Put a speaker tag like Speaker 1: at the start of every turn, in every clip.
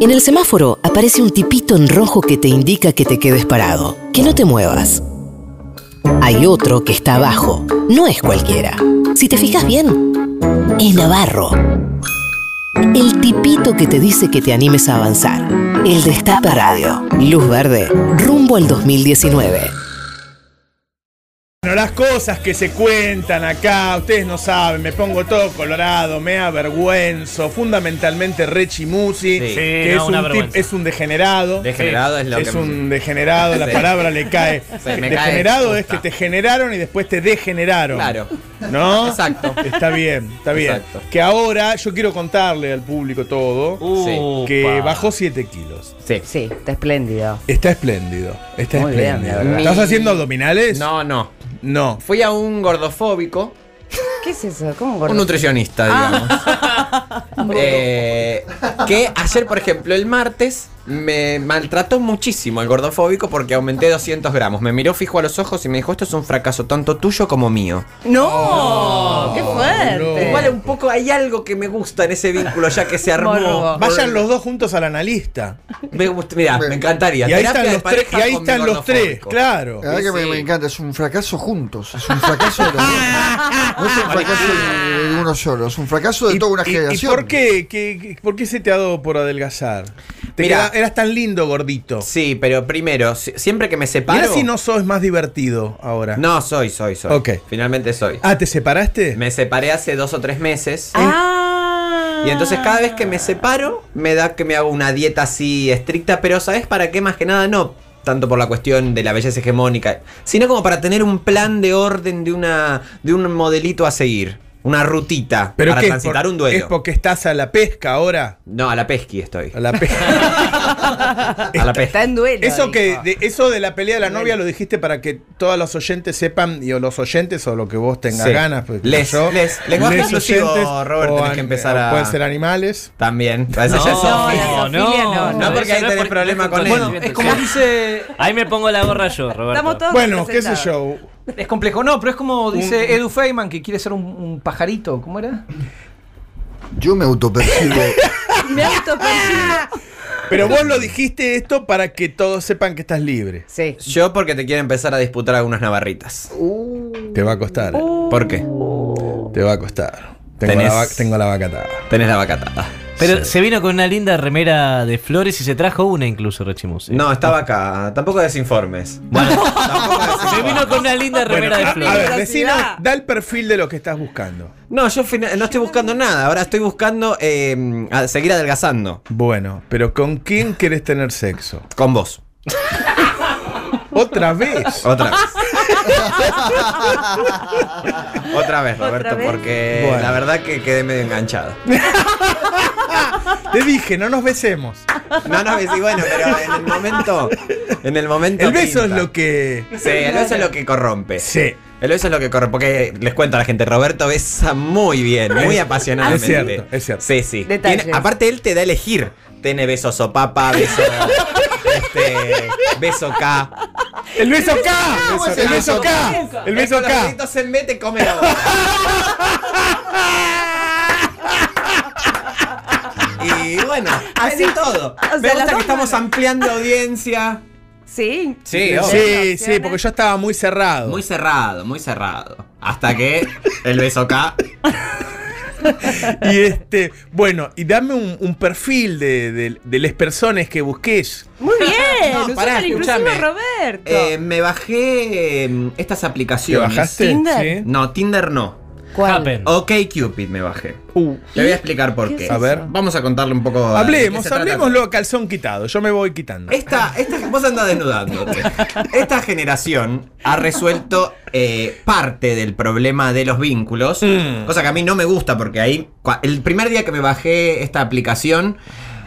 Speaker 1: En el semáforo aparece un tipito en rojo que te indica que te quedes parado, que no te muevas. Hay otro que está abajo, no es cualquiera. Si te fijas bien, es Navarro. El tipito que te dice que te animes a avanzar. El Destape Radio. Luz verde. Rumbo al 2019.
Speaker 2: Bueno, las cosas que se cuentan acá, ustedes no saben, me pongo todo colorado, me avergüenzo, fundamentalmente Rechi Musi,
Speaker 3: Sí,
Speaker 2: que
Speaker 3: no,
Speaker 2: es,
Speaker 3: una
Speaker 2: un tip-
Speaker 3: vergüenza.
Speaker 2: es un degenerado.
Speaker 3: Degenerado es lo
Speaker 2: Es
Speaker 3: que-
Speaker 2: un degenerado, la
Speaker 3: Sí.
Speaker 2: palabra le cae.
Speaker 3: Sí, me cae
Speaker 2: degenerado es que
Speaker 3: justa.
Speaker 2: te generaron y después te degeneraron.
Speaker 3: Claro.
Speaker 2: ¿No?
Speaker 3: Exacto.
Speaker 2: Está bien, está bien.
Speaker 3: Exacto.
Speaker 2: Que ahora yo quiero contarle al público todo.
Speaker 3: Sí.
Speaker 2: que bajó 7 kilos.
Speaker 3: Sí.
Speaker 4: Sí, está
Speaker 3: Ah.
Speaker 4: espléndido.
Speaker 2: Está espléndido. Está
Speaker 4: Muy bien,
Speaker 2: espléndido.
Speaker 4: la verdad.
Speaker 2: ¿Estás
Speaker 3: Mi-
Speaker 2: haciendo abdominales?
Speaker 3: No, no.
Speaker 2: No.
Speaker 3: Fui a un gordofóbico,
Speaker 4: ¿Qué es eso? ¿Cómo
Speaker 3: un
Speaker 4: gordo? Ah.
Speaker 3: nutricionista, digamos. Eh, que ayer, por ejemplo, el martes, me maltrató muchísimo el gordofóbico porque aumenté 200 gramos. Me miró fijo a los ojos y me dijo, esto es un fracaso tanto tuyo como mío.
Speaker 4: ¡No! ¡Qué fuerte!
Speaker 2: no.
Speaker 3: Igual un poco hay algo que me gusta en ese vínculo ya que se armó.
Speaker 4: Morbo.
Speaker 2: Vayan los dos juntos al analista.
Speaker 3: Me gusta- mirá, me encantaría.
Speaker 2: Y ahí
Speaker 3: Terapia
Speaker 2: están
Speaker 3: de
Speaker 2: los tres,
Speaker 3: pareja
Speaker 2: y ahí
Speaker 3: con mi
Speaker 2: están los tres,
Speaker 3: gordofóbico.
Speaker 2: claro.
Speaker 5: La verdad que me-
Speaker 3: Sí.
Speaker 5: me, encanta, es un fracaso juntos, es un fracaso de los dos. No es un fracaso de de uno solo, es un fracaso de toda una
Speaker 2: y- y
Speaker 5: generación.
Speaker 2: por qué, qué- qué- por qué se te ha dado por adelgazar? Te
Speaker 3: Mirá.
Speaker 2: queda- eras tan lindo, gordito.
Speaker 3: Sí, pero primero, si- siempre que me separo...
Speaker 2: Mira si no sos más divertido ahora.
Speaker 3: No, soy, soy, soy.
Speaker 2: Ok.
Speaker 3: Finalmente soy.
Speaker 2: Ah, ¿te separaste?
Speaker 3: Me separé hace dos o tres meses.
Speaker 4: ¡Ah!
Speaker 3: Y entonces cada vez que me separo, me da que me hago una dieta así estricta, pero ¿sabes para qué? Más que nada no tanto por la cuestión de la belleza hegemónica, sino como para tener un plan de orden de una de un modelito a seguir, una rutita para
Speaker 2: qué,
Speaker 3: transitar
Speaker 2: por-
Speaker 3: un
Speaker 2: ¿Es
Speaker 3: duelo.
Speaker 2: porque estás a la pesca ahora?
Speaker 3: No, a la pesqui estoy.
Speaker 2: A la pesca.
Speaker 3: A la pesqui.
Speaker 4: Está en duelo.
Speaker 2: Eso que
Speaker 4: dijo.
Speaker 2: de, eso de la pelea de la novia lo dijiste para que todos los oyentes sepan y o los oyentes o lo que vos tengas
Speaker 3: Sí.
Speaker 2: ganas. pues,
Speaker 3: Les-
Speaker 2: yo-
Speaker 3: les- lenguaje inclusivo, Robert, tenés
Speaker 2: an-
Speaker 3: que empezar a-
Speaker 2: Pueden ser animales.
Speaker 3: También. Parece
Speaker 6: No,
Speaker 3: ya es
Speaker 4: No,
Speaker 3: ofensivo.
Speaker 4: la
Speaker 6: no,
Speaker 4: zoofilia no,
Speaker 6: no,
Speaker 4: no.
Speaker 3: No, porque
Speaker 6: eso
Speaker 3: ahí
Speaker 6: no es
Speaker 3: tenés
Speaker 6: porque-
Speaker 3: problema con él.
Speaker 6: Bueno, es como
Speaker 7: dice.
Speaker 6: Ahí me pongo la gorra yo, Roberto.
Speaker 4: Estamos todos
Speaker 2: Bueno, qué sé
Speaker 4: representados.
Speaker 2: yo.
Speaker 7: Es complejo, no, pero es como dice Edu Feynman que quiere ser un, un pajarito. ¿Cómo era?
Speaker 5: Yo me autopercibo.
Speaker 4: Me autopercibo.
Speaker 2: Pero vos lo dijiste esto para que todos sepan que estás libre.
Speaker 4: Sí.
Speaker 3: Yo porque te quiero empezar a disputar algunas navarritas.
Speaker 2: Te va a costar. eh.
Speaker 3: ¿Por qué?
Speaker 2: Te va a costar. Tengo,
Speaker 3: Tenés-
Speaker 2: la, vaca tengo la vaca atada.
Speaker 3: Tenés la Ah. vacatada.
Speaker 6: Pero se vino con una linda remera de flores y se trajo una incluso, Rechimus.
Speaker 3: No, estaba acá. Tampoco desinformes. Bueno, tampoco
Speaker 6: Se
Speaker 3: desinformes.
Speaker 6: vino con una linda
Speaker 2: Bueno,
Speaker 6: remera
Speaker 2: a,
Speaker 6: de
Speaker 2: a
Speaker 6: flores.
Speaker 2: ver, decinos,
Speaker 4: Velocidad.
Speaker 2: da el perfil de lo que estás buscando.
Speaker 3: No, yo fina- no estoy buscando nada. Ahora estoy buscando eh, a- seguir adelgazando.
Speaker 2: Bueno, pero ¿con quién querés tener sexo?
Speaker 3: Con vos.
Speaker 2: Otra vez.
Speaker 3: Otra vez. Otra vez, Roberto,
Speaker 4: vez?
Speaker 3: porque
Speaker 2: Bueno.
Speaker 3: la verdad que quedé medio enganchado.
Speaker 2: Te dije, no nos besemos.
Speaker 3: No, no, sí, bueno, pero en el momento. En el momento.
Speaker 2: El beso es
Speaker 3: pinta.
Speaker 2: lo que.
Speaker 3: Sí, el beso es lo que corrompe.
Speaker 2: Sí.
Speaker 3: El beso es lo que corre, porque les cuento a la gente, Roberto besa muy bien, muy apasionadamente.
Speaker 2: Es cierto, es cierto.
Speaker 3: Sí, sí.
Speaker 4: Detalles.
Speaker 3: Tiene- aparte él te da a elegir. Tiene beso sopapa, beso este, beso K.
Speaker 2: ¡El beso acá! ¡El beso acá! ¡El beso acá!
Speaker 3: Roberto se mete come la boca. Y bueno,
Speaker 4: Así-
Speaker 3: así todo.
Speaker 4: o sea,
Speaker 3: Me
Speaker 4: las
Speaker 3: gusta
Speaker 4: dos
Speaker 3: que estamos
Speaker 4: manos.
Speaker 3: ampliando audiencia.
Speaker 4: Sí.
Speaker 3: Sí,
Speaker 2: Sí, sí, porque yo estaba muy cerrado.
Speaker 3: Muy cerrado, muy cerrado. Hasta que el beso K.
Speaker 2: Y este, bueno, y dame un, un perfil de, de- de las personas que busques.
Speaker 4: Muy bien. No,
Speaker 3: pará,
Speaker 4: inclusivo
Speaker 3: escuchame.
Speaker 4: Roberto.
Speaker 3: Eh, me bajé eh, estas
Speaker 2: ¿Te
Speaker 3: aplicaciones.
Speaker 2: bajaste?
Speaker 4: Tinder.
Speaker 2: Sí.
Speaker 3: No, Tinder no.
Speaker 4: ¿Cuál?
Speaker 6: Happen.
Speaker 3: Ok Cupid me bajé.
Speaker 2: Uh,
Speaker 3: Te voy a explicar por qué.
Speaker 2: es A ver. eso?
Speaker 3: Vamos a contarle un poco. a- de qué
Speaker 2: Hablemos,
Speaker 3: se trata.
Speaker 2: hablemoslo a calzón quitado. Yo me voy quitando.
Speaker 3: Esta, esta, vos andás desnudándote. Esta generación ha resuelto eh, parte del problema de los vínculos,
Speaker 2: Mm.
Speaker 3: cosa que a mí no me gusta porque ahí, cua- el primer día que me bajé esta aplicación,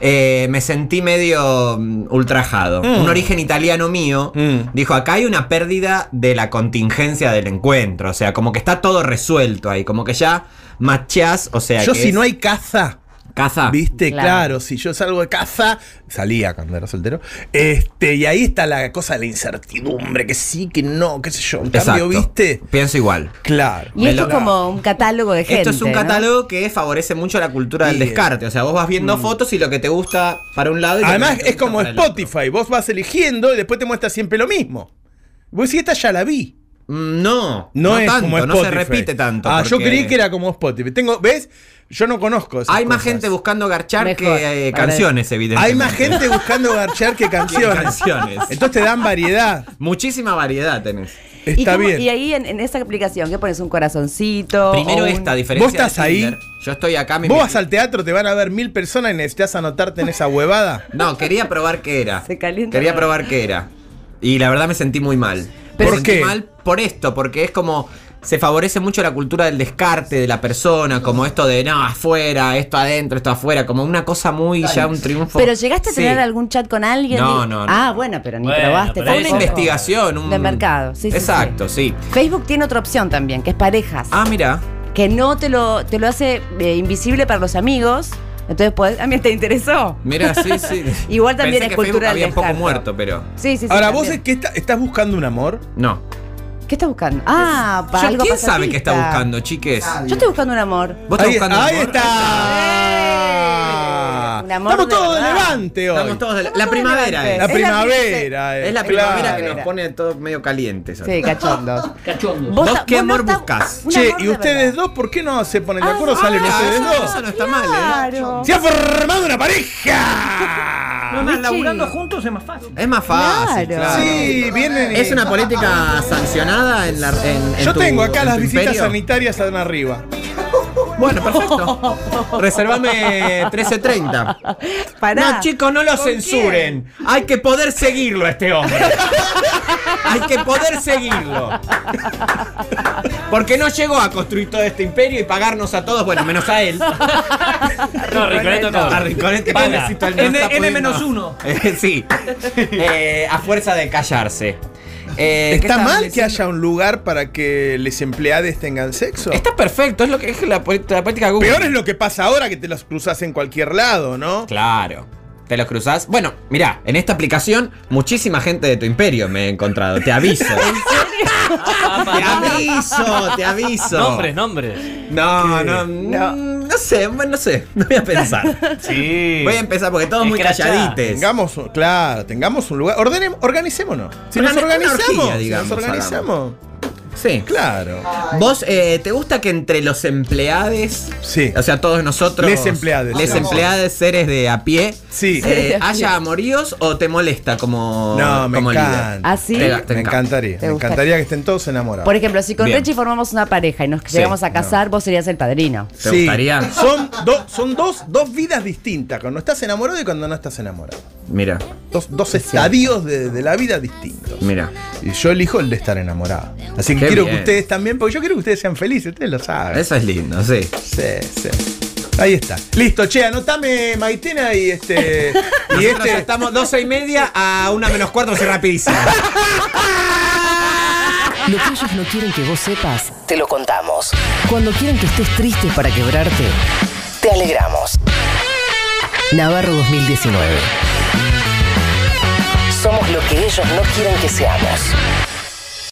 Speaker 3: eh, me sentí medio mm, ultrajado. Un origen italiano mío
Speaker 2: Mm.
Speaker 3: dijo, acá hay una pérdida de la contingencia del encuentro, o sea, como que está todo resuelto ahí, como que ya macheás, o sea...
Speaker 2: Yo
Speaker 3: que
Speaker 2: si
Speaker 3: es- Ah,
Speaker 2: no hay caza,
Speaker 3: Caza.
Speaker 2: ¿Viste? Claro.
Speaker 4: Claro.
Speaker 2: si yo salgo de casa, salía cuando era soltero, este, y ahí está la cosa de la incertidumbre, que sí, que no, qué sé yo. En cambio,
Speaker 3: Exacto.
Speaker 2: ¿viste?
Speaker 3: Pienso igual.
Speaker 2: Claro.
Speaker 4: Y esto es
Speaker 2: Claro.
Speaker 4: como un catálogo de gente.
Speaker 3: Esto es un
Speaker 4: ¿no?
Speaker 3: catálogo que favorece mucho la cultura del
Speaker 2: Bien.
Speaker 3: descarte. O sea, vos vas viendo fotos y lo que te gusta para un lado. Y lo que no
Speaker 2: Mm. Además,
Speaker 3: te
Speaker 2: es
Speaker 3: gusta
Speaker 2: como
Speaker 3: para el otro.
Speaker 2: Spotify, vos vas eligiendo y después te muestra siempre lo mismo. Vos decís, esta ya la vi.
Speaker 3: Mm,
Speaker 2: No,
Speaker 3: No, no,
Speaker 2: es
Speaker 3: tanto,
Speaker 2: como
Speaker 3: no
Speaker 2: Spotify.
Speaker 3: se repite tanto.
Speaker 2: Ah, yo
Speaker 3: porque
Speaker 2: creí que era como Spotify. Tengo, ¿ves? Yo no conozco esas
Speaker 3: Hay más
Speaker 2: cosas.
Speaker 3: gente buscando garchar
Speaker 4: Mejor,
Speaker 3: que eh,
Speaker 4: para-
Speaker 3: canciones, evidentemente.
Speaker 2: Hay más gente buscando garchar que canciones.
Speaker 3: canciones.
Speaker 2: Entonces te dan variedad.
Speaker 3: Muchísima variedad tenés.
Speaker 4: ¿Y,
Speaker 2: Está
Speaker 4: cómo-
Speaker 2: bien.
Speaker 4: y ahí en, en esa aplicación, ¿qué pones? ¿Un corazoncito?
Speaker 3: Primero
Speaker 4: o un-
Speaker 3: esta diferencia.
Speaker 2: ¿Vos estás
Speaker 3: de Tinder.
Speaker 2: ahí?
Speaker 3: Yo estoy acá. me
Speaker 2: Vos
Speaker 3: metí-
Speaker 2: vas al teatro, te van a ver mil personas y necesitas anotarte en esa huevada.
Speaker 3: No, quería probar qué era.
Speaker 4: Se calienta.
Speaker 3: Quería probar qué era. Y la verdad me sentí muy mal.
Speaker 2: Pero-
Speaker 3: me
Speaker 2: ¿Por
Speaker 3: sentí
Speaker 2: qué?
Speaker 3: mal por esto, porque es como. Se favorece mucho la cultura del descarte de la persona, como esto de no, afuera, esto adentro, esto afuera, como una cosa muy ya un triunfo.
Speaker 4: Pero llegaste a
Speaker 3: Sí.
Speaker 4: tener algún chat con alguien.
Speaker 3: No,
Speaker 4: Y-
Speaker 3: no, no.
Speaker 4: Ah, bueno, pero ni
Speaker 6: Bueno,
Speaker 4: probaste.
Speaker 6: pero
Speaker 3: Fue
Speaker 4: tampoco.
Speaker 3: una
Speaker 6: eso-
Speaker 3: investigación, un.
Speaker 4: De mercado, sí, sí,
Speaker 3: Exacto, sí.
Speaker 4: Facebook tiene otra opción también, que es parejas.
Speaker 3: Ah, mira.
Speaker 4: Que no te lo, te lo hace eh, invisible para los amigos. Entonces, podés, a mí te interesó.
Speaker 3: Mira, sí, sí.
Speaker 4: Igual también
Speaker 3: Pensé que
Speaker 4: es cultura
Speaker 3: Facebook
Speaker 4: del
Speaker 3: había un poco
Speaker 4: descarte.
Speaker 3: muerto, pero.
Speaker 4: Sí, sí, sí.
Speaker 2: Ahora,
Speaker 4: también.
Speaker 2: ¿vos es que está- estás buscando un amor?
Speaker 3: No.
Speaker 4: ¿Qué estás buscando? Ah, para
Speaker 3: Yo,
Speaker 4: algo
Speaker 3: ¿Quién sabe
Speaker 4: pasatista.
Speaker 3: qué está buscando, chiques?
Speaker 4: Yo estoy buscando un amor.
Speaker 3: ¿Vos
Speaker 2: ahí,
Speaker 3: estás buscando
Speaker 2: ahí
Speaker 3: amor?
Speaker 2: está.
Speaker 4: ¡Eh! Un amor
Speaker 2: Estamos
Speaker 4: de
Speaker 2: todos de
Speaker 4: verdad.
Speaker 2: levante hoy.
Speaker 3: Estamos todos de-
Speaker 4: Estamos
Speaker 3: La
Speaker 4: todos
Speaker 3: primavera ¿eh?
Speaker 4: delante.
Speaker 2: La
Speaker 3: es.
Speaker 4: Es la
Speaker 2: primavera.
Speaker 3: Es la primavera que nos
Speaker 4: primavera.
Speaker 3: pone todo medio calientes.
Speaker 4: Sí, cachondos.
Speaker 7: Cachondo.
Speaker 3: ¿Vos
Speaker 4: ta-
Speaker 3: qué
Speaker 4: no
Speaker 3: amor
Speaker 4: ta-
Speaker 3: buscás?
Speaker 4: un
Speaker 2: Che,
Speaker 4: amor
Speaker 2: ¿y
Speaker 4: de
Speaker 2: ustedes
Speaker 4: verdad.
Speaker 2: dos por qué no se ponen de
Speaker 4: Ah,
Speaker 2: acuerdo?
Speaker 4: ah,
Speaker 2: ¿Salen ustedes
Speaker 3: eso,
Speaker 2: dos?
Speaker 3: eso no está mal, ¿eh?
Speaker 4: Claro.
Speaker 2: ¡Se ha formado una pareja!
Speaker 7: No, no,
Speaker 4: Richie.
Speaker 7: laburando juntos es más fácil.
Speaker 3: Es más fácil,
Speaker 4: Claro.
Speaker 3: claro.
Speaker 2: Sí, vienen. y-
Speaker 3: ¿Es una política sancionada en la en- en
Speaker 2: Yo
Speaker 3: tu-
Speaker 2: tengo acá
Speaker 3: en
Speaker 2: las
Speaker 3: tu
Speaker 2: visitas
Speaker 3: imperio? Eh,
Speaker 2: sanitarias allá arriba.
Speaker 3: Bueno, perfecto. Reservame 13.30.
Speaker 4: Pará.
Speaker 3: No, chicos, no lo censuren. Hay que poder seguirlo a este hombre. Hay que poder seguirlo. Porque no llegó a construir todo este imperio y pagarnos a todos, bueno, menos a él.
Speaker 6: No, Ricoleto no.
Speaker 3: A Ricoletti,
Speaker 6: Para.
Speaker 3: pobrecito, él no
Speaker 7: N-
Speaker 3: está pudiendo.
Speaker 7: N-1.
Speaker 3: Eh, sí. Eh, a fuerza de callarse. Eh, ¿qué
Speaker 2: ¿Está
Speaker 3: estaba
Speaker 2: mal que
Speaker 3: diciendo?
Speaker 2: haya un lugar para que les empleades tengan sexo?
Speaker 3: Está perfecto, es lo que es la, pol- la política Google.
Speaker 2: Peor es lo que pasa ahora que te los cruzas en cualquier lado, ¿no?
Speaker 3: Claro. Te los cruzás. Bueno, mirá, en esta aplicación muchísima gente de tu imperio me he encontrado. Te aviso.
Speaker 2: Ah,
Speaker 3: te aviso, te aviso.
Speaker 6: Nombres, nombres.
Speaker 3: No, no, no, no sé, bueno, no sé. No voy a pensar.
Speaker 6: Sí.
Speaker 3: Voy a empezar porque todos muy
Speaker 6: Escrachá.
Speaker 3: calladites.
Speaker 2: Tengamos, un- claro, tengamos un lugar. Ordenem- organicémonos. Si nos
Speaker 3: Organe- una
Speaker 2: organizamos,
Speaker 3: orgía,
Speaker 2: si
Speaker 3: digamos,
Speaker 2: nos organizamos.
Speaker 3: Sí.
Speaker 2: Claro.
Speaker 3: ¿Vos eh, te gusta que entre los empleades,
Speaker 2: Sí.
Speaker 3: o sea, todos nosotros,
Speaker 2: Les empleades.
Speaker 3: les
Speaker 2: Sí.
Speaker 3: empleades, seres de a pie,
Speaker 2: Sí.
Speaker 3: eh, haya amoríos o te molesta como,
Speaker 2: No, me
Speaker 3: como
Speaker 2: encanta.
Speaker 4: ¿Ah, sí?
Speaker 3: Te- te
Speaker 2: Me
Speaker 3: encanta.
Speaker 2: encantaría.
Speaker 4: Te
Speaker 2: Me
Speaker 4: gustaría.
Speaker 2: encantaría que estén todos enamorados.
Speaker 4: Por ejemplo, si con
Speaker 3: Bien.
Speaker 4: Richie formamos una pareja y nos
Speaker 3: Sí,
Speaker 4: llegamos a casar, vos serías el padrino.
Speaker 3: ¿Te gustaría?
Speaker 2: Son, do- son dos, dos vidas distintas, cuando estás enamorado y cuando no estás enamorado.
Speaker 3: Mira,
Speaker 2: Dos, dos estadios de, de la vida distintos.
Speaker 3: mira.
Speaker 2: Y yo elijo el de estar enamorado. Así que
Speaker 3: Qué
Speaker 2: quiero que
Speaker 3: bien.
Speaker 2: ustedes también, porque yo quiero que ustedes sean felices, ustedes lo saben.
Speaker 3: Eso es lindo, sí.
Speaker 2: Sí, sí. Ahí está. Listo, che, anotame Maitena y este. y
Speaker 3: Nosotros ya
Speaker 2: este.
Speaker 3: estamos 12 y media a una menos cuarto, así rapidísimo.
Speaker 1: Lo que ellos no quieren que vos sepas, te lo contamos. Cuando quieren que estés triste para quebrarte, te alegramos. Navarro 2019. Somos lo que ellos no quieren que seamos.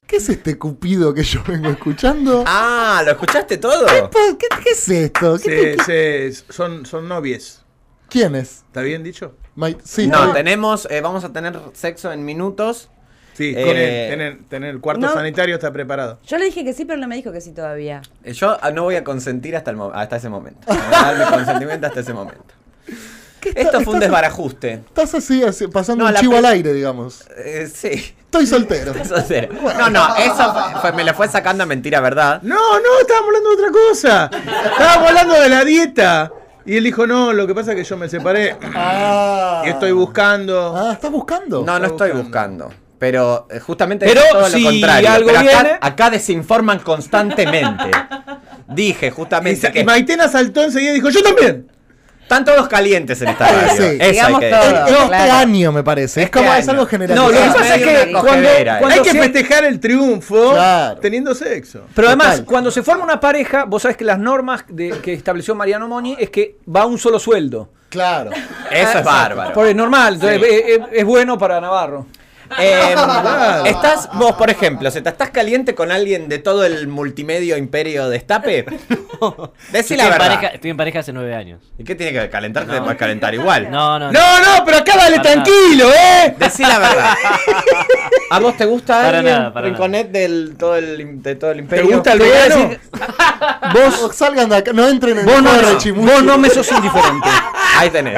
Speaker 5: ¿Qué es este cupido que yo vengo escuchando?
Speaker 3: ah, ¿lo escuchaste todo?
Speaker 5: ¿Qué, qué es esto? ¿Qué-
Speaker 2: Sí, sí, son, son novies.
Speaker 5: ¿Quién es?
Speaker 2: ¿Está bien dicho?
Speaker 5: Mike- sí.
Speaker 3: No, tenemos, eh, vamos a tener sexo en minutos.
Speaker 2: Sí,
Speaker 3: Eh,
Speaker 2: tener, tener, tener el cuarto
Speaker 4: no.
Speaker 2: sanitario está preparado.
Speaker 4: Yo le dije que sí, pero no me dijo que sí todavía.
Speaker 3: Eh, Yo ah, no voy a consentir hasta, el mo- hasta ese momento. No voy a dar mi consentimiento hasta ese momento. Esto fue un desbarajuste.
Speaker 5: Estás así, así, pasando
Speaker 3: No,
Speaker 5: un
Speaker 3: la
Speaker 5: chivo
Speaker 3: pe-
Speaker 5: al aire, digamos.
Speaker 3: Eh, sí.
Speaker 5: Estoy soltero.
Speaker 3: Eso será. No, no, eso fue- fue- me lo fue sacando a mentira, ¿verdad?
Speaker 2: No, no, estábamos hablando de otra cosa. Estábamos hablando de la dieta. Y él dijo, no, lo que pasa es que yo me separé. Y estoy buscando.
Speaker 5: Ah, ¿estás buscando?
Speaker 3: No, no estoy buscando. Pero eh, justamente
Speaker 7: Pero
Speaker 3: es todo
Speaker 7: si
Speaker 3: lo contrario.
Speaker 7: algo
Speaker 3: pero acá,
Speaker 7: viene-
Speaker 3: acá desinforman constantemente. Dije
Speaker 2: Y,
Speaker 3: justamente
Speaker 2: sa- y
Speaker 3: que.
Speaker 2: Maitena saltó enseguida y dijo, yo también.
Speaker 3: Están todos calientes en esta radio.
Speaker 8: Sí, sí.
Speaker 3: Eso hay
Speaker 4: Digamos
Speaker 3: que
Speaker 4: todo.
Speaker 3: decir.
Speaker 8: No, este
Speaker 4: claro.
Speaker 8: año me parece. es
Speaker 3: Este
Speaker 8: como es
Speaker 3: año.
Speaker 8: algo general.
Speaker 7: No, lo que
Speaker 3: Es
Speaker 7: pasa
Speaker 3: medio
Speaker 7: es que
Speaker 3: una
Speaker 7: cuando,
Speaker 3: cogedera,
Speaker 7: cuando
Speaker 2: Hay que
Speaker 7: se-
Speaker 2: festejar el triunfo
Speaker 8: Claro.
Speaker 2: teniendo sexo.
Speaker 7: Pero además,
Speaker 8: Total.
Speaker 7: cuando se forma una pareja, vos sabés que las normas de- que estableció Mariano Moni es que va a un solo sueldo.
Speaker 8: Claro.
Speaker 3: Eso es bárbaro.
Speaker 7: Por es normal, entonces, es, es- es bueno para Navarro.
Speaker 3: Eh, estás, vos, por ejemplo, Zeta, ¿estás caliente con alguien de todo el multimedio imperio destape? Decí
Speaker 6: Yo
Speaker 3: la
Speaker 6: estoy, en
Speaker 3: verdad.
Speaker 6: pareja, estoy en pareja hace nueve años.
Speaker 3: ¿Y qué tiene que ver? Calentarte te puedes calentar igual.
Speaker 6: No, no, no.
Speaker 3: no, no, pero acá vale
Speaker 6: Para
Speaker 3: tranquilo, ¿eh? Decí la verdad. ¿A vos te gusta
Speaker 6: Para
Speaker 3: alguien?
Speaker 6: nada, para
Speaker 3: Rinconet del todo el de todo el
Speaker 2: ¿Te
Speaker 3: imperio.
Speaker 2: gusta el
Speaker 7: voy a
Speaker 2: verano?
Speaker 7: decir-
Speaker 8: Vos salgan de acá, no entren en
Speaker 7: Vos
Speaker 8: el
Speaker 7: no,
Speaker 8: juego de
Speaker 7: me,
Speaker 8: Rechimuchi.
Speaker 7: vos no me sos indiferente.
Speaker 3: Ahí tenés.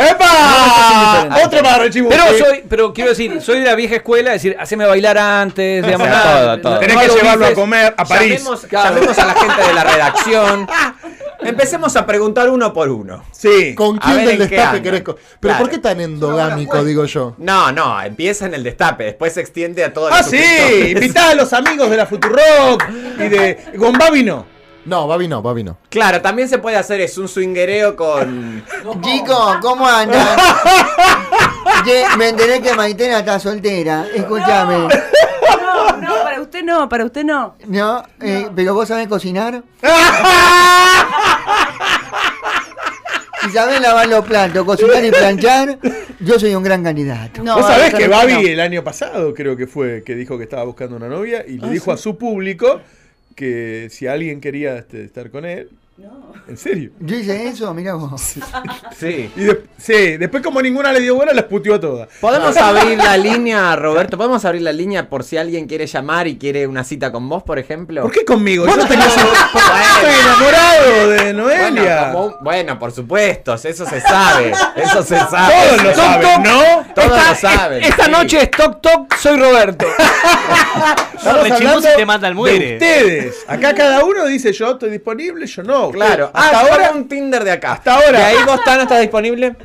Speaker 2: ¡Epa!
Speaker 7: indiferente.
Speaker 2: Otro para Rechimusi.
Speaker 7: Pero soy, pero quiero decir, soy de la vieja escuela, es decir, haceme bailar antes, digamos,
Speaker 3: O sea,
Speaker 7: nada,
Speaker 3: todo, todo.
Speaker 2: Tenés
Speaker 7: no
Speaker 2: que
Speaker 7: lo
Speaker 2: llevarlo a
Speaker 7: bifes.
Speaker 2: comer a París.
Speaker 3: Llamemos, llamemos a la gente de la redacción. Empecemos a preguntar uno por uno.
Speaker 2: Sí.
Speaker 8: ¿Con
Speaker 3: A
Speaker 8: quién
Speaker 3: ver en
Speaker 8: del
Speaker 3: qué
Speaker 8: destape
Speaker 3: andan.
Speaker 8: querés? co- Pero
Speaker 3: Claro.
Speaker 8: ¿por qué tan endogámico, digo yo?
Speaker 3: No, no, empieza en el destape, después se extiende a todos
Speaker 2: Ah,
Speaker 3: los
Speaker 2: sí.
Speaker 3: suscriptores.
Speaker 2: Invitá a los amigos de la Futurock y de Gombabi no.
Speaker 8: No, Babi no, Babi no.
Speaker 3: Claro, también se puede hacer es un swinguereo con.
Speaker 9: Chicos, ¿cómo andan? Che, me enteré que Maitena está soltera. Escúchame.
Speaker 4: No, no, para usted no, para usted no.
Speaker 9: ¿No? Eh, ¿Pero vos sabés cocinar? Si sabés lavar los platos, cocinar y planchar, yo soy un gran candidato.
Speaker 4: No,
Speaker 2: Vos sabés
Speaker 4: para
Speaker 2: que
Speaker 4: usted
Speaker 2: Babi
Speaker 4: no.
Speaker 2: el año pasado creo que fue que dijo que estaba buscando una novia y le
Speaker 4: Ah,
Speaker 2: dijo a su público que si alguien quería este, estar con él. ¿En serio?
Speaker 9: Yo hice eso, mirá vos.
Speaker 3: Sí.
Speaker 2: Y de- sí, después como ninguna le dio buena, las puteó a todas.
Speaker 3: Podemos abrir la línea, Roberto. Podemos abrir la línea por si alguien quiere llamar y quiere una cita con vos, por ejemplo.
Speaker 2: ¿Por qué conmigo? Yo
Speaker 3: Bueno,
Speaker 2: tengo- estoy enamorado de
Speaker 3: Bueno,
Speaker 2: Noelia.
Speaker 3: como un- bueno, por supuesto, eso se sabe. Eso se sabe.
Speaker 2: Todos lo
Speaker 3: Toc,
Speaker 2: saben,
Speaker 3: toc.
Speaker 2: ¿no?
Speaker 3: Todos
Speaker 7: Esta-
Speaker 3: lo saben.
Speaker 7: Esta
Speaker 3: sí.
Speaker 7: noche es Toc Toc, soy Roberto.
Speaker 2: Estamos
Speaker 6: Rechimusi
Speaker 2: hablando
Speaker 6: te manda al
Speaker 2: De
Speaker 6: muere.
Speaker 2: ustedes. Acá cada uno dice yo estoy disponible, yo no.
Speaker 3: Claro,
Speaker 7: Ah,
Speaker 2: Hasta
Speaker 3: hasta ahora
Speaker 2: ahora
Speaker 3: un Tinder de acá.
Speaker 2: Hasta ahora.
Speaker 3: ¿Y ahí vos, Tano, estás disponible?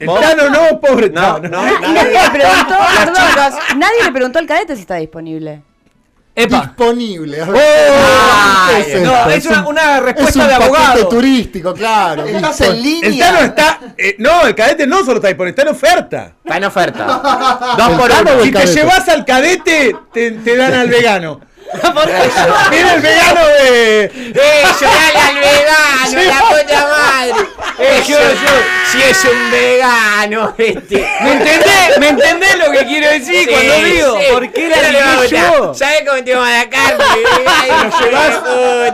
Speaker 2: el Tano no, pobre
Speaker 3: No,
Speaker 2: Tano.
Speaker 3: no,
Speaker 4: Y
Speaker 3: nadie.
Speaker 4: nadie le preguntó,
Speaker 3: Las
Speaker 4: perdón,
Speaker 3: chicas-
Speaker 4: nadie le preguntó al cadete si está disponible.
Speaker 7: Epa.
Speaker 8: Disponible. A
Speaker 3: Oh,
Speaker 8: ver.
Speaker 3: Ay,
Speaker 8: ¿Qué
Speaker 7: no,
Speaker 8: esto?
Speaker 7: es una- una respuesta
Speaker 8: es un
Speaker 7: de
Speaker 8: paquete
Speaker 7: abogado.
Speaker 8: turístico, claro.
Speaker 9: ¿Estás
Speaker 8: Dispon-
Speaker 9: en
Speaker 2: El Tano
Speaker 9: línea?
Speaker 2: está. eh, no, el cadete no solo está disponible, está en oferta.
Speaker 3: Está en oferta. Dos
Speaker 8: El
Speaker 3: por
Speaker 8: Tano
Speaker 3: uno.
Speaker 8: o el
Speaker 2: Si te
Speaker 8: cadete.
Speaker 2: llevas al cadete, te, te dan al vegano. Mira el vegano de.
Speaker 3: ¡Eh, llorale al vegano, la puta madre! ¡Eh, yo, yo! ¡Si es un vegano, este!
Speaker 7: ¿Me entendés? ¿Me entendés lo que quiero decir cuando digo? ¿Por qué la elegí yo?
Speaker 3: ¿Sabes cómo te vamos a la carne?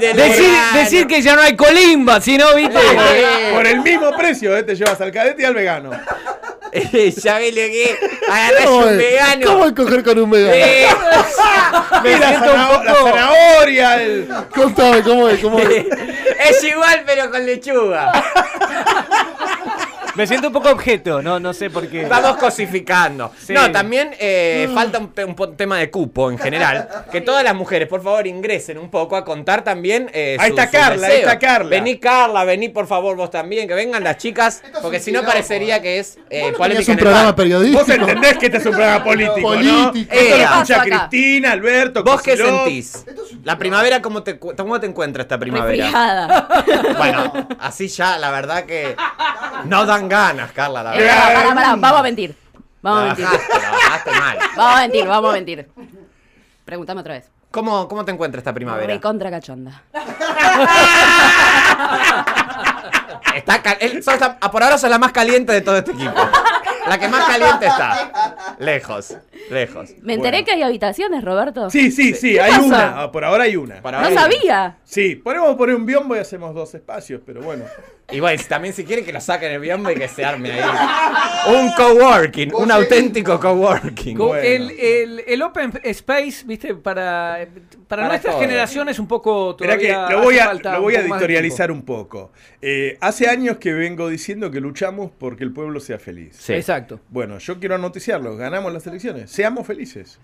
Speaker 3: ¡Lo
Speaker 7: Decir, decir que ya no hay colimba, si no, viste.
Speaker 2: Por el mismo precio, eh, te llevas al cadete y al vegano.
Speaker 3: ¿Sabes lo que es? Agarrás
Speaker 8: ¿Cómo
Speaker 3: un
Speaker 8: es?
Speaker 3: vegano.
Speaker 8: ¿Cómo es coger con un vegano?
Speaker 3: Eh,
Speaker 2: Mira la, zanaho- la zanahoria, el.
Speaker 8: Contame, ¿cómo es? ¿Cómo es?
Speaker 3: es igual, pero con lechuga.
Speaker 6: Me siento un poco objeto, no, no sé por qué.
Speaker 3: Vamos cosificando.
Speaker 6: Sí.
Speaker 3: No, también eh,
Speaker 8: Mm.
Speaker 3: falta un, te- un po- tema de cupo en general. Que todas las mujeres, por favor, ingresen un poco a contar también. eh,
Speaker 2: Ahí
Speaker 3: su-
Speaker 2: está
Speaker 3: su
Speaker 2: Carla, ahí
Speaker 3: deseo.
Speaker 2: está Carla.
Speaker 3: Vení, Carla, vení, por favor, vos también. Que vengan las chicas.
Speaker 5: Esto es
Speaker 3: Porque
Speaker 5: un
Speaker 3: si no,
Speaker 5: quilombo,
Speaker 3: parecería que es eh,
Speaker 8: Es
Speaker 3: polémica
Speaker 8: un
Speaker 3: en el
Speaker 8: programa
Speaker 3: bar.
Speaker 8: periodístico.
Speaker 2: Vos entendés que este es un programa político, ¿no?
Speaker 8: Político.
Speaker 2: Esto lo
Speaker 3: Ea.
Speaker 2: escucha
Speaker 4: Paso acá.
Speaker 2: Cristina, Alberto,
Speaker 3: ¿Vos qué
Speaker 2: Kicillof.
Speaker 3: sentís? La primavera, ¿cómo te, cu- ¿cómo te encuentras esta primavera?
Speaker 4: Resfriada.
Speaker 3: Bueno, así ya, la verdad que no dan ganas, Carla, la
Speaker 4: Eh, Pará,
Speaker 3: verdad.
Speaker 2: Ay.
Speaker 4: pará, pará, vamos a mentir. Vamos a
Speaker 3: La
Speaker 4: mentir.
Speaker 3: bajaste, la bajaste mal.
Speaker 4: Vamos a mentir, vamos a mentir. Pregúntame otra vez.
Speaker 3: ¿Cómo, cómo te encuentras esta primavera?
Speaker 4: Recontra cachonda.
Speaker 3: Está cal- él- sos la- por ahora sos la más caliente de todo este equipo. La que más caliente está. Lejos, lejos.
Speaker 4: Me enteré que hay habitaciones, Roberto.
Speaker 2: Sí, sí, sí, hay
Speaker 4: pasa?
Speaker 2: una. Ah, Por ahora hay una.
Speaker 3: Por
Speaker 4: No
Speaker 3: ahora-
Speaker 4: sabía.
Speaker 2: Sí, podemos poner un biombo y hacemos dos espacios, pero bueno.
Speaker 3: Y bueno, si- también si quieren que lo saquen el biombo y que se arme ahí. Un coworking, un auténtico coworking.
Speaker 7: Co-
Speaker 2: Bueno.
Speaker 7: El, el- el open space, viste, para, para, nuestra
Speaker 3: todo.
Speaker 7: generación es un poco
Speaker 2: Mirá que
Speaker 7: todavía
Speaker 2: lo voy
Speaker 7: hace
Speaker 2: a,
Speaker 7: falta
Speaker 2: lo
Speaker 7: un
Speaker 2: voy a
Speaker 7: poco más de
Speaker 2: editorializar
Speaker 7: tiempo.
Speaker 2: un poco. Eh, hace años que vengo diciendo que luchamos porque el pueblo sea feliz.
Speaker 3: Sí.
Speaker 7: Exacto.
Speaker 2: Bueno, yo quiero noticiarlo. Ganamos las elecciones. Seamos felices.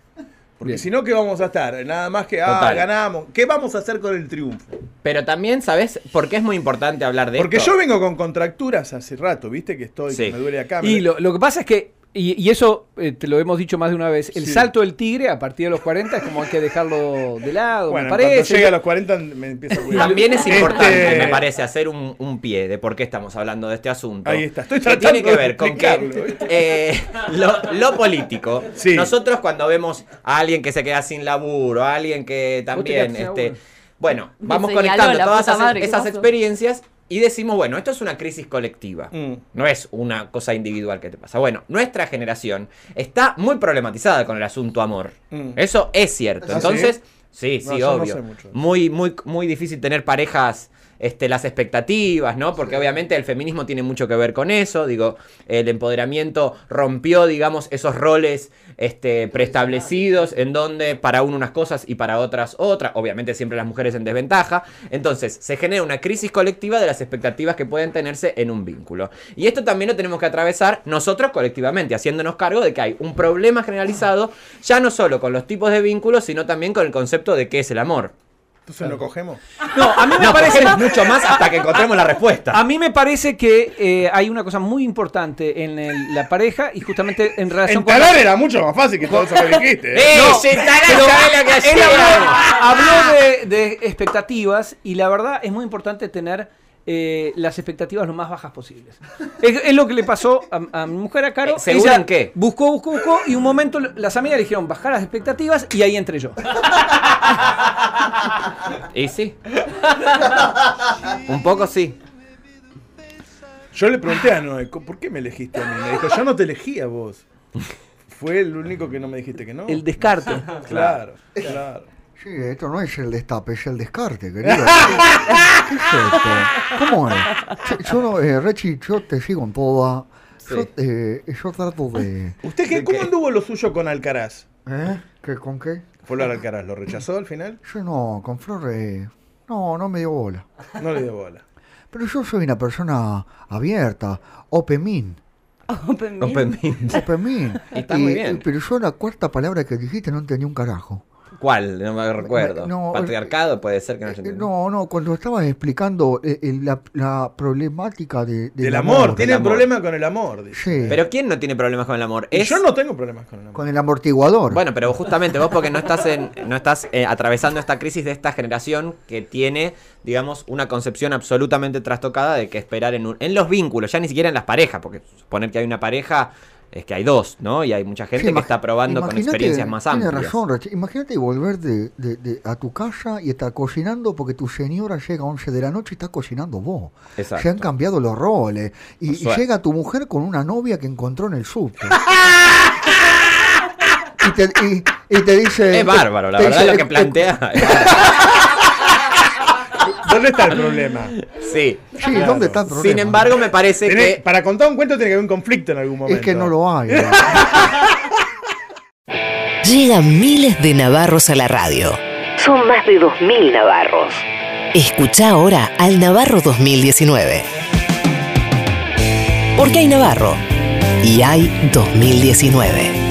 Speaker 2: Porque si no, ¿qué vamos a estar? Nada más que, ah,
Speaker 3: Total.
Speaker 2: ganamos. ¿Qué vamos a hacer con el triunfo?
Speaker 3: Pero también, ¿sabes por qué es muy importante hablar de
Speaker 2: Porque
Speaker 3: esto?
Speaker 2: yo vengo con contracturas hace rato, ¿viste? Que estoy,
Speaker 3: Sí.
Speaker 2: que me duele acá. me-
Speaker 7: Y lo, lo que pasa es que Y, y eso eh, te lo hemos dicho más de una vez. El salto del tigre a partir de los 40 es como hay que dejarlo de lado,
Speaker 2: Bueno,
Speaker 7: me
Speaker 2: cuando
Speaker 7: parece.
Speaker 2: llegue a los 40 me empiezo a cuidar.
Speaker 3: También es importante,
Speaker 2: Este,
Speaker 3: me parece, hacer un, un pie de por qué estamos hablando de este asunto.
Speaker 2: Ahí está, estoy
Speaker 3: que tiene
Speaker 2: tratando
Speaker 3: que
Speaker 2: de
Speaker 3: ver con
Speaker 2: explicarlo,
Speaker 3: que
Speaker 2: ¿viste?
Speaker 3: eh, lo, lo político.
Speaker 2: Sí.
Speaker 3: Nosotros cuando vemos a alguien que se queda sin laburo, a alguien que también,
Speaker 7: quedaste sin
Speaker 3: este,
Speaker 7: laburo.
Speaker 3: bueno, vamos
Speaker 4: señaló
Speaker 3: conectando
Speaker 4: la
Speaker 3: todas
Speaker 4: puta
Speaker 3: esas,
Speaker 4: madre, ¿qué
Speaker 3: esas
Speaker 4: pasó?
Speaker 3: experiencias y decimos, bueno, esto es una crisis colectiva.
Speaker 2: Mm.
Speaker 3: No es una cosa individual que te pasa. Bueno, nuestra generación está muy problematizada con el asunto amor.
Speaker 2: Mm.
Speaker 3: Eso es cierto.
Speaker 2: ¿Ah, sí?
Speaker 3: Entonces, sí,
Speaker 2: No,
Speaker 3: sí,
Speaker 2: yo no
Speaker 3: obvio.
Speaker 2: sé mucho.
Speaker 3: Muy, muy, muy difícil tener parejas. Este, las expectativas, ¿no? Porque obviamente el feminismo tiene mucho que ver con eso, digo, el empoderamiento rompió, digamos, esos roles este, preestablecidos en donde para uno unas cosas y para otras otras, obviamente siempre las mujeres en desventaja, entonces se genera una crisis colectiva de las expectativas que pueden tenerse en un vínculo. Y esto también lo tenemos que atravesar nosotros colectivamente, haciéndonos cargo de que hay un problema generalizado, ya no solo con los tipos de vínculos, sino también con el concepto de qué es el amor.
Speaker 2: Entonces lo cogemos.
Speaker 7: No, a mí me
Speaker 3: No,
Speaker 7: parece.
Speaker 3: cogemos mucho más hasta que encontremos la
Speaker 7: A
Speaker 3: respuesta.
Speaker 7: mí me parece que eh, hay una cosa muy importante en el- la pareja y justamente en relación
Speaker 2: En
Speaker 7: con.
Speaker 2: talar era mucho más fácil que todo eso que dijiste. ¿eh?
Speaker 3: Ah, ¡Eh, se estará, sabe lo que
Speaker 7: Él habló,
Speaker 3: hacía!
Speaker 7: habló de, de expectativas y la verdad es muy importante tener eh, las expectativas lo más bajas posibles. Es, es lo que le pasó a, a mi mujer, a Caro.
Speaker 3: Eh, ¿segura en qué?
Speaker 7: Buscó, buscó, buscó y un momento las amigas le dijeron bajar las expectativas y ahí entré yo.
Speaker 3: Y sí. Un poco sí.
Speaker 2: Yo le pregunté a Noé, "Co- ¿por qué me elegiste a mí? Me dijo, yo no te elegí a vos. Fue el único que no me dijiste que no.
Speaker 7: El descarte.
Speaker 2: Claro, claro.
Speaker 5: Sí, esto no es el destape, es el descarte, querido. ¿Qué es esto? ¿Cómo es? Yo, yo no, eh, Rechi, yo te sigo en toda. Yo,
Speaker 3: Sí.
Speaker 5: eh, yo trato de.
Speaker 2: ¿Usted qué, cómo anduvo lo suyo con Alcaraz?
Speaker 5: ¿Eh? ¿Qué, ¿Con qué?
Speaker 2: Fue lo de Alcaraz, ¿lo rechazó al final?
Speaker 5: Yo no, con Flor. eh, no, no me dio bola.
Speaker 2: No le dio bola.
Speaker 5: Pero yo soy una persona abierta, open mind.
Speaker 4: Open
Speaker 3: No,
Speaker 4: mic.
Speaker 3: Pemín.
Speaker 5: Open mind.
Speaker 3: Y está muy
Speaker 5: Y-
Speaker 3: bien. Ah,
Speaker 5: y- Pero yo la cuarta palabra que dijiste no entendí un carajo.
Speaker 3: ¿Cuál? No me recuerdo.
Speaker 5: No,
Speaker 3: Patriarcado puede ser que no
Speaker 5: Eh,
Speaker 3: haya entendido.
Speaker 5: No, no, cuando estabas explicando eh, el- la, la problemática de,
Speaker 2: Del amor, tiene
Speaker 3: Del amor.
Speaker 2: problema con el amor. dice.
Speaker 5: Sí,
Speaker 3: Pero ¿quién no tiene problemas con el amor?
Speaker 2: Y
Speaker 3: Es...
Speaker 2: yo no tengo problemas con el amor.
Speaker 5: con el amortiguador.
Speaker 3: Bueno, pero justamente vos porque no estás en, no estás eh, atravesando esta crisis de esta generación que tiene, digamos, una concepción absolutamente trastocada de que esperar en, un- en los vínculos, ya ni siquiera en las parejas, porque suponer que hay una pareja es que hay dos, ¿no? Y hay mucha gente
Speaker 5: Sí,
Speaker 3: que
Speaker 5: imag-
Speaker 3: está probando con
Speaker 5: imagínate-
Speaker 3: experiencias más amplias.
Speaker 5: Tiene razón, Rach. Imagínate volver de, de- de- a tu casa y estar cocinando porque tu señora llega a 11 de la noche y está cocinando vos.
Speaker 3: Exacto.
Speaker 5: Se han cambiado los roles. Y, y
Speaker 3: Suerte.
Speaker 5: llega tu mujer con una novia que encontró en el subte. y, te, y- y te dice...
Speaker 3: Es bárbaro, la
Speaker 5: te
Speaker 3: verdad
Speaker 5: dice,
Speaker 3: lo que
Speaker 5: eh,
Speaker 3: plantea.
Speaker 2: ¿Dónde está el problema?
Speaker 3: sí.
Speaker 5: eh, Sí, ¿dónde está el problema?
Speaker 3: Sin embargo, me parece
Speaker 2: Tenés-
Speaker 3: que
Speaker 2: Para contar un cuento tiene que haber un conflicto en algún momento.
Speaker 5: Es que no lo hay.
Speaker 1: Llegan miles de navarros a la radio. Son más de 2.000 navarros. Escucha ahora al Navarro 2019. Porque hay Navarro y hay 2019.